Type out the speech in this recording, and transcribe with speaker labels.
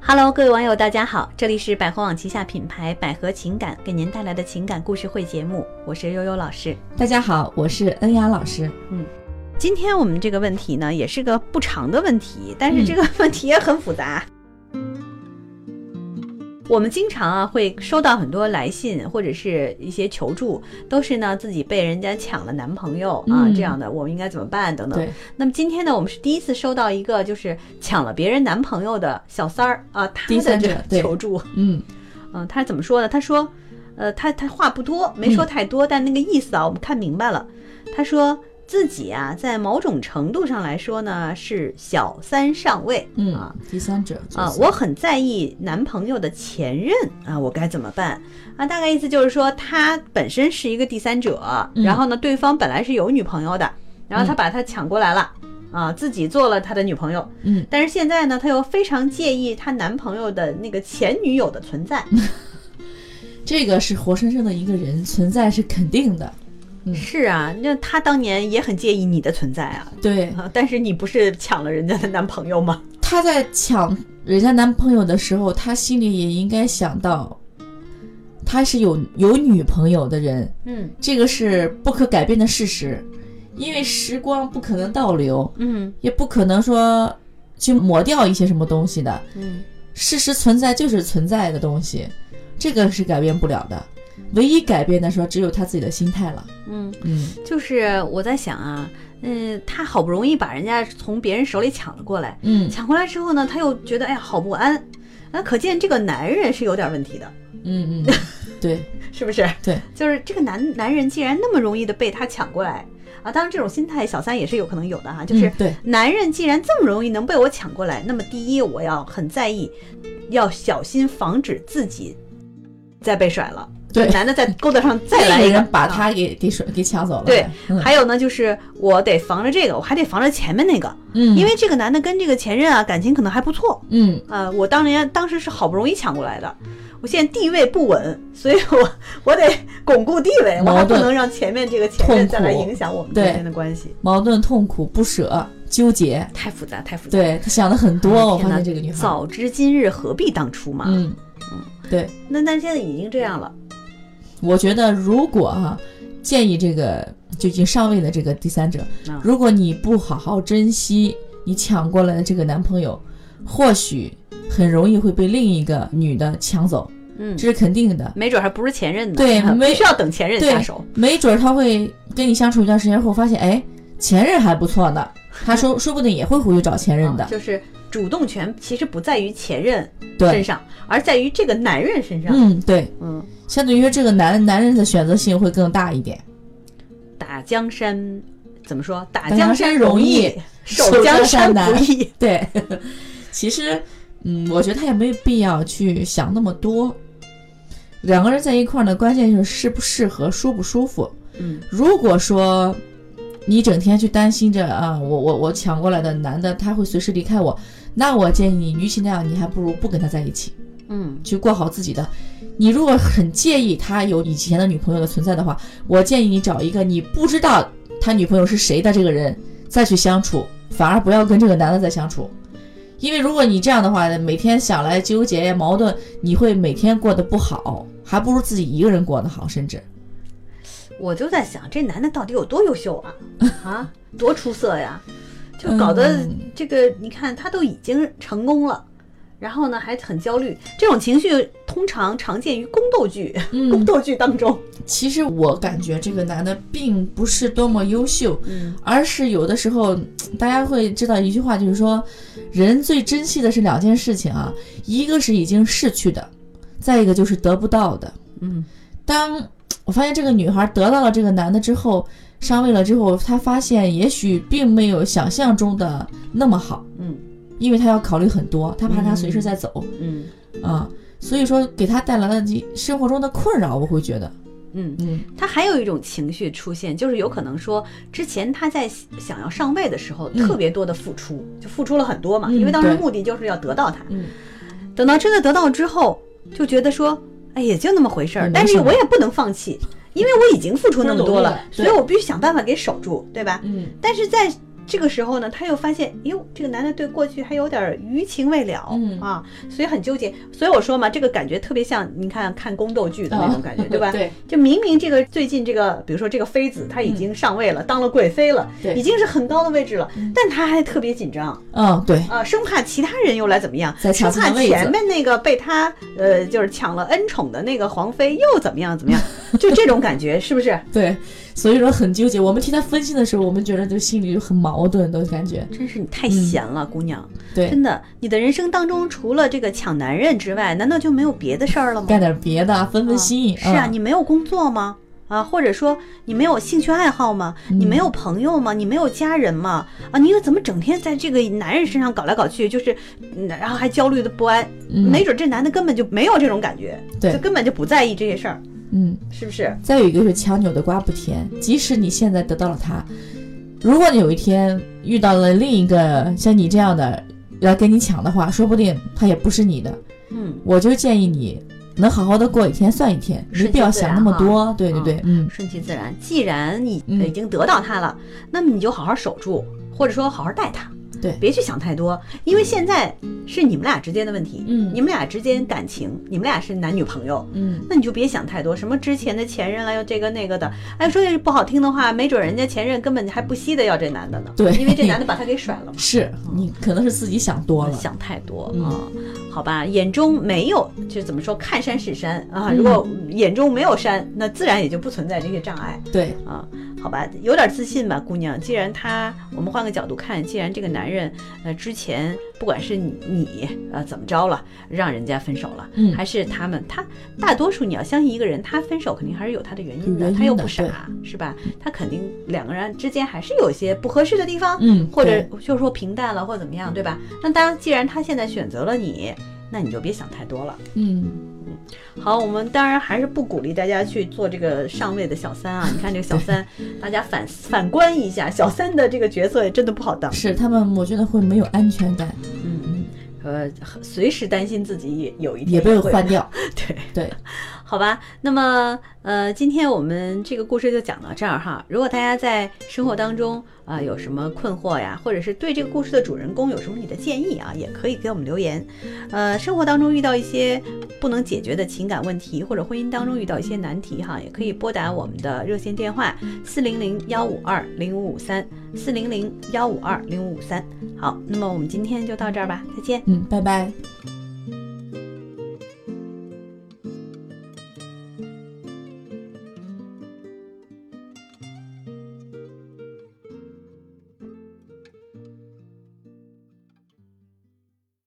Speaker 1: Hello，各位网友，大家好，这里是百合网旗下品牌百合情感给您带来的情感故事会节目，我是悠悠老师。
Speaker 2: 大家好，我是恩雅老师。
Speaker 1: 今天我们这个问题呢，也是个不长的问题，但
Speaker 2: 嗯
Speaker 1: 是这个问题也很复杂。我们经常啊会收到很多来信或者是一些求助，都是呢自己被人家抢了男朋友啊、
Speaker 2: 嗯
Speaker 1: 这样的，我们应该怎么办等等。
Speaker 2: 对，
Speaker 1: 那么今天呢，我们是第一次收到一个就是抢了别人男朋友的小三儿啊，他
Speaker 2: 第
Speaker 1: 的
Speaker 2: 三
Speaker 1: 这
Speaker 2: 者
Speaker 1: 个
Speaker 2: 对
Speaker 1: 求助，
Speaker 2: 嗯，
Speaker 1: 嗯，他怎么说呢？他说，呃，他他话不多，没
Speaker 2: 嗯
Speaker 1: 说太多，但那个意思啊，我们看明白了。他说自己啊，在某种程度上来说呢，是小三上位，
Speaker 2: 嗯，
Speaker 1: 啊。
Speaker 2: 第三者角色
Speaker 1: 啊，我很在意男朋友的前任啊，我该怎么办啊？大概意思就是说，他本身是一个第三者，
Speaker 2: 嗯
Speaker 1: 然后呢，对方本来是有女朋友的，然后他把他抢过来了。啊，自己做了他的女朋友，
Speaker 2: 嗯，
Speaker 1: 但是现在呢，她又非常介意她男朋友的那个前女友的存在，
Speaker 2: 这个是活生生的一个人存在是肯定的。
Speaker 1: 是啊，那她当年也很介意你的存在啊，
Speaker 2: 对，
Speaker 1: 啊但是你不是抢了人家的男朋友吗？
Speaker 2: 她在抢人家男朋友的时候，她心里也应该想到，她是有有女朋友的人，
Speaker 1: 嗯
Speaker 2: 这个是不可改变的事实，因为时光不可能倒流，
Speaker 1: 嗯
Speaker 2: 也不可能说去抹掉一些什么东西的。
Speaker 1: 嗯
Speaker 2: 事实存在就是存在的东西，这个是改变不了的。唯一改变的说，只有她自己的心态了。
Speaker 1: 嗯，
Speaker 2: 嗯，
Speaker 1: 就是我在想啊，嗯，她好不容易把人家从别人手里抢了过来，
Speaker 2: 嗯
Speaker 1: 抢过来之后呢，她又觉得哎呀好不安，啊，可见这个男人是有点问题的，
Speaker 2: 嗯嗯， 对，
Speaker 1: 是不是？
Speaker 2: 对，
Speaker 1: 就是这个男男人既然那么容易的被她抢过来啊，当然这种心态小三也是有可能有的哈、就是
Speaker 2: 嗯对，
Speaker 1: 男人既然这么容易能被我抢过来，那么第一我要很在意，要小心防止自己再被甩了，
Speaker 2: 对
Speaker 1: 就男的再勾搭上再来
Speaker 2: 另
Speaker 1: 一个
Speaker 2: 人把
Speaker 1: 啊
Speaker 2: 他给给甩给抢走了。
Speaker 1: 对
Speaker 2: 嗯，
Speaker 1: 还有呢，就是我得防着这个，我还得防着前面那个，
Speaker 2: 嗯，
Speaker 1: 因为这个男的跟这个前任啊感情可能还不错，
Speaker 2: 嗯
Speaker 1: 呃，我当年当时是好不容易抢过来的，我现在地位不稳，所以我 我得巩固地位，我
Speaker 2: 矛
Speaker 1: 还不
Speaker 2: 盾
Speaker 1: 能让前面这个前任再来
Speaker 2: 痛苦
Speaker 1: 影响我们之
Speaker 2: 对
Speaker 1: 间的关系，
Speaker 2: 矛盾、痛苦、不舍、纠结，
Speaker 1: 太复杂，太复杂。
Speaker 2: 对她想的很多。
Speaker 1: 哎
Speaker 2: 我
Speaker 1: 天
Speaker 2: 发
Speaker 1: 哪啊
Speaker 2: 现这个女孩，
Speaker 1: 早知今日何必当初嘛。
Speaker 2: 嗯，对，
Speaker 1: 那但现在已经这样了，
Speaker 2: 我觉得如果啊，建议这个就已经上位的这个第三者
Speaker 1: 嗯，
Speaker 2: 如果你不好好珍惜你抢过来的这个男朋友，或许很容易会被另一个女的抢走，
Speaker 1: 嗯
Speaker 2: 这，是肯定的。
Speaker 1: 没准还不是前任呢，
Speaker 2: 对没
Speaker 1: 不需要等前任下手，
Speaker 2: 没准儿他会跟你相处一段时间后，发现哎，前任还不错呢，他说说不定也会回去找前任
Speaker 1: 啊
Speaker 2: 的。
Speaker 1: 就是主动权其实不在于前任身
Speaker 2: 对，
Speaker 1: 上，而在于这个男人身上，
Speaker 2: 嗯，对，
Speaker 1: 嗯，
Speaker 2: 相对于说这个男男人的选择性会更大一 点，
Speaker 1: 打江山怎么说？打
Speaker 2: 江
Speaker 1: 山
Speaker 2: 山容
Speaker 1: 易
Speaker 2: 易，
Speaker 1: 守江山
Speaker 2: 难
Speaker 1: 不。易。
Speaker 2: 对，其实，嗯，我觉得他也没必要去想那么多。两个人在一块儿呢，关键就是适不适合，舒不舒服。
Speaker 1: 嗯
Speaker 2: 如果说你整天去担心着啊，我我我抢过来的男的他会随时离开我，那我建议你，与其那样，你还不如不跟他在一起，
Speaker 1: 嗯
Speaker 2: 去过好自己的。你如果很介意他有以前的女朋友的存在的话，我建议你找一个你不知道他女朋友是谁的这个人再去相处，反而不要跟这个男的再相处。因为如果你这样的话，每天想来纠结矛盾，你会每天过得不好，还不如自己一个人过得好，甚至。
Speaker 1: 我就在想，这男的到底有多优秀啊？啊，多出色呀！就搞得
Speaker 2: 嗯
Speaker 1: 这个，你看他都已经成功了，然后呢还很焦虑，这种情绪通常常见于宫斗剧、
Speaker 2: 嗯
Speaker 1: 宫斗剧当中。
Speaker 2: 其实我感觉这个男的并不是多么优秀，
Speaker 1: 嗯
Speaker 2: 而是有的时候大家会知道一句话，就是说，人最珍惜的是两件事情啊，一个是已经逝去的，再一个就是得不到的。
Speaker 1: 嗯
Speaker 2: 当我发现这个女孩得到了这个男的之后，上位了之后，她发现也许并没有想象中的那么好，
Speaker 1: 嗯
Speaker 2: 因为她要考虑很多，她怕他随时再走
Speaker 1: 嗯
Speaker 2: 啊、所以说给她带来了一生活中的困扰，我会觉得，
Speaker 1: 嗯，
Speaker 2: 嗯
Speaker 1: 他还有一种情绪出现，就是有可能说，之前他在想要上位的时候，
Speaker 2: 嗯
Speaker 1: 特别多的付出，就付出了很多嘛，
Speaker 2: 嗯
Speaker 1: 因为当时
Speaker 2: 对
Speaker 1: 目的就是要得到他。
Speaker 2: 嗯，
Speaker 1: 等到真的得到之后，就觉得说，哎，也就那么回事儿
Speaker 2: 也，没
Speaker 1: 但是
Speaker 2: 什么
Speaker 1: 我也不能放弃，因为我已经付出那么多了，
Speaker 2: 啊不是努
Speaker 1: 所
Speaker 2: 力了对
Speaker 1: 以我必须想办法给守住，对吧？
Speaker 2: 嗯，
Speaker 1: 但是在这个时候呢，他又发现，哟，这个男的对过去还有点余情未了、
Speaker 2: 嗯
Speaker 1: 啊，所以很纠结。所以我说嘛，这个感觉特别像你看看宫斗剧的那种感觉，对吧？
Speaker 2: 嗯对， 嗯
Speaker 1: 就明明这个最近这个，比如说这个妃子，她已经上位了，当了贵妃了，
Speaker 2: 对
Speaker 1: 已经是很高的位置了，但她还特别紧张
Speaker 2: 嗯，对，
Speaker 1: 啊、生怕其他人又来怎么样，
Speaker 2: 再
Speaker 1: 生
Speaker 2: 抢
Speaker 1: 怕
Speaker 2: 她的位子
Speaker 1: 前面那个被她呃就是抢了恩宠的那个皇妃又怎么样怎么样，就这种感觉是不是？
Speaker 2: 对，所以说很纠结。我们替他分析的时候，我们觉得就心里就很矛盾，都感觉
Speaker 1: 真是你太闲了，姑娘，
Speaker 2: 对，
Speaker 1: 真的，你的人生当中除了这个抢男人之外，难道就没有别的事儿了吗？
Speaker 2: 干点别的啊，分分心。
Speaker 1: 是啊，
Speaker 2: 嗯
Speaker 1: 你没有工作吗？啊，或者说你没有兴趣爱好吗？你没
Speaker 2: 嗯
Speaker 1: 有朋友吗？你没有家人吗？啊，你又怎么整天在这个男人身上搞来搞去，就是，嗯然后还焦虑的不安？
Speaker 2: 嗯
Speaker 1: 没准这男的根本就没有这种感觉，
Speaker 2: 对
Speaker 1: 就根本就不在意这些事儿，
Speaker 2: 嗯，
Speaker 1: 是不是？
Speaker 2: 再有一个是强扭的瓜不甜，即使你现在得到了他，如果你有一天遇到了另一个像你这样的来跟你抢的话，说不定他也不是你的。
Speaker 1: 嗯，
Speaker 2: 我就建议你能好好的过一天算一天，你
Speaker 1: 顺其
Speaker 2: 不要
Speaker 1: 自然
Speaker 2: 想那么
Speaker 1: 哈
Speaker 2: 多。对对对，嗯，
Speaker 1: 顺其自然。既然你
Speaker 2: 嗯
Speaker 1: 已经得到他了，那么你就好好守住，或者说好好待他。
Speaker 2: 对
Speaker 1: 别去想太多，因为现在是你们俩之间的问题，
Speaker 2: 嗯
Speaker 1: 你们俩之间感情，你们俩是男女朋友，
Speaker 2: 嗯，
Speaker 1: 那你就别想太多，什么之前的前任了，又这个那个的，哎，说句不好听的话，没准人家前任根本还不惜的要这男的呢，
Speaker 2: 对。
Speaker 1: 因为这男的把他给甩了嘛
Speaker 2: 是你可能是自己想多了。
Speaker 1: 想太多
Speaker 2: 嗯
Speaker 1: 啊、好吧，眼中没有，就怎么说，看山是山啊。
Speaker 2: 嗯
Speaker 1: 如果眼中没有山，那自然也就不存在这些障碍
Speaker 2: 对，
Speaker 1: 啊。好吧，有点自信吧，姑娘。既然他，我们换个角度看，既然这个男人，呃，之前不管是你你呃怎么着了，让人家分手了，
Speaker 2: 嗯
Speaker 1: 还是他们，他大多数你要相信一个人，他分手肯定还是有他的原因的，
Speaker 2: 有原因的
Speaker 1: 他又不傻，是吧？他肯定两个人之间还是有一些不合适的地方，
Speaker 2: 嗯，
Speaker 1: 或者
Speaker 2: 对
Speaker 1: 就是说平淡了或者怎么样，对吧？那当然，既然他现在选择了你，那你就别想太多了。
Speaker 2: 嗯，
Speaker 1: 好，我们当然还是不鼓励大家去做这个上位的小三啊！你看这个小 三，大家反反观一下，小三的这个角色也真的不好当，
Speaker 2: 是他们，我觉得会没有安全感，
Speaker 1: 嗯，呃，随时担心自己有一天
Speaker 2: 也被
Speaker 1: 会
Speaker 2: 换掉。
Speaker 1: 对。
Speaker 2: 对，
Speaker 1: 好吧，那么呃，今天我们这个故事就讲到这儿哈。如果大家在生活当中啊、呃有什么困惑呀，或者是对这个故事的主人公有什么你的建议啊，也可以给我们留言。呃，生活当中遇到一些不能解决的情感问题，或者婚姻当中遇到一些难题哈，也可以拨打我们的热线电话四零零幺五二零五五三四零零幺五二零五五三。好，那么我们今天就到这儿吧，再见。
Speaker 2: 嗯，拜拜。